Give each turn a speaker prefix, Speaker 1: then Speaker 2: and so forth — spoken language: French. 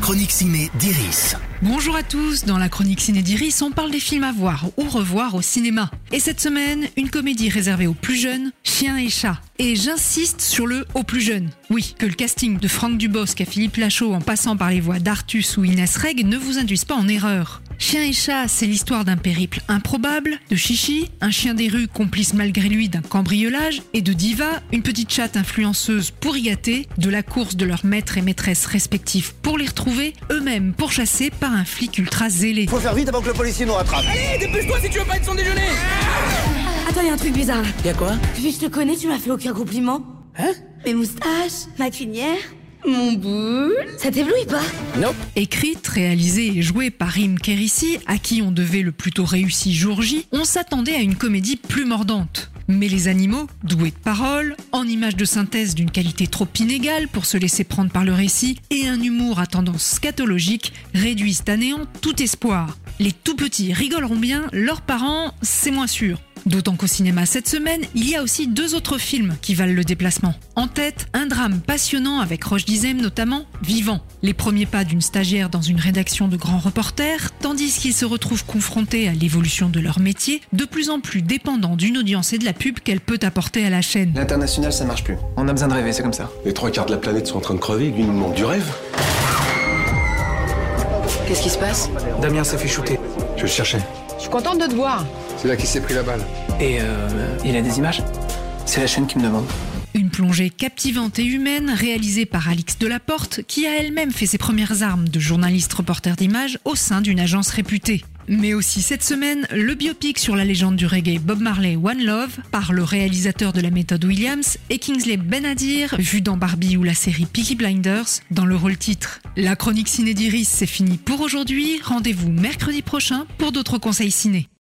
Speaker 1: chronique ciné d'Iris.
Speaker 2: Bonjour à tous, dans la chronique Ciné d'Iris, on parle des films à voir ou revoir au cinéma. Et cette semaine, une comédie réservée aux plus jeunes, Chiens et Chats. Et j'insiste sur le aux plus jeunes. Oui, que le casting de Franck Dubosc à Philippe Lachaud en passant par les voix d'Artus ou Inès Reg ne vous induise pas en erreur. Chien et chat, c'est l'histoire d'un périple improbable, de Chichi, un chien des rues complice malgré lui d'un cambriolage, et de Diva, une petite chatte influenceuse pour y gâter, de la course de leurs maîtres et maîtresses respectifs pour les retrouver, eux-mêmes pourchassés par un flic ultra zélé.
Speaker 3: Faut faire vite avant que le policier nous rattrape.
Speaker 4: Attends, y a un truc bizarre là.
Speaker 5: Y'a quoi
Speaker 4: Vu que je te connais, tu m'as fait aucun compliment.
Speaker 5: Hein
Speaker 4: Mes moustaches, ma crinière, mon boule. Ça t'éblouit pas
Speaker 5: Nope.
Speaker 2: Écrite, réalisée et jouée par Im Kérissi, à qui on devait le plutôt réussi jour J, on s'attendait à une comédie plus mordante. Mais les animaux, doués de parole, en images de synthèse d'une qualité trop inégale pour se laisser prendre par le récit, et un humour à tendance scatologique, réduisent à néant tout espoir. Les tout petits rigoleront bien, leurs parents, c'est moins sûr. D'autant qu'au cinéma cette semaine, il y a aussi deux autres films qui valent le déplacement. En tête, un drame passionnant avec Roche Dizem notamment, Vivant. Les premiers pas d'une stagiaire dans une rédaction de grands reporters, tandis qu'ils se retrouvent confrontés à l'évolution de leur métier, de plus en plus dépendant d'une audience et de la pub qu'elle peut apporter à la chaîne.
Speaker 6: L'international, ça marche plus. On a besoin de rêver, c'est comme ça.
Speaker 7: Les trois quarts de la planète sont en train de crever, lui il nous manque du rêve.
Speaker 5: Qu'est-ce qui se passe
Speaker 6: Damien s'est fait shooter.
Speaker 7: Je le cherchais.
Speaker 8: C'est là qu'il s'est pris la balle.
Speaker 6: Et euh, il a des images C'est la chaîne qui me demande.
Speaker 2: Une plongée captivante et humaine réalisée par Alix Delaporte, qui a elle-même fait ses premières armes de journaliste reporter d'images au sein d'une agence réputée. Mais aussi cette semaine, le biopic sur la légende du reggae Bob Marley One Love par le réalisateur de la méthode Williams et Kingsley Benadir, vu dans Barbie ou la série Peaky Blinders, dans le rôle titre. La chronique ciné d'Iris, c'est fini pour aujourd'hui. Rendez-vous mercredi prochain pour d'autres conseils ciné.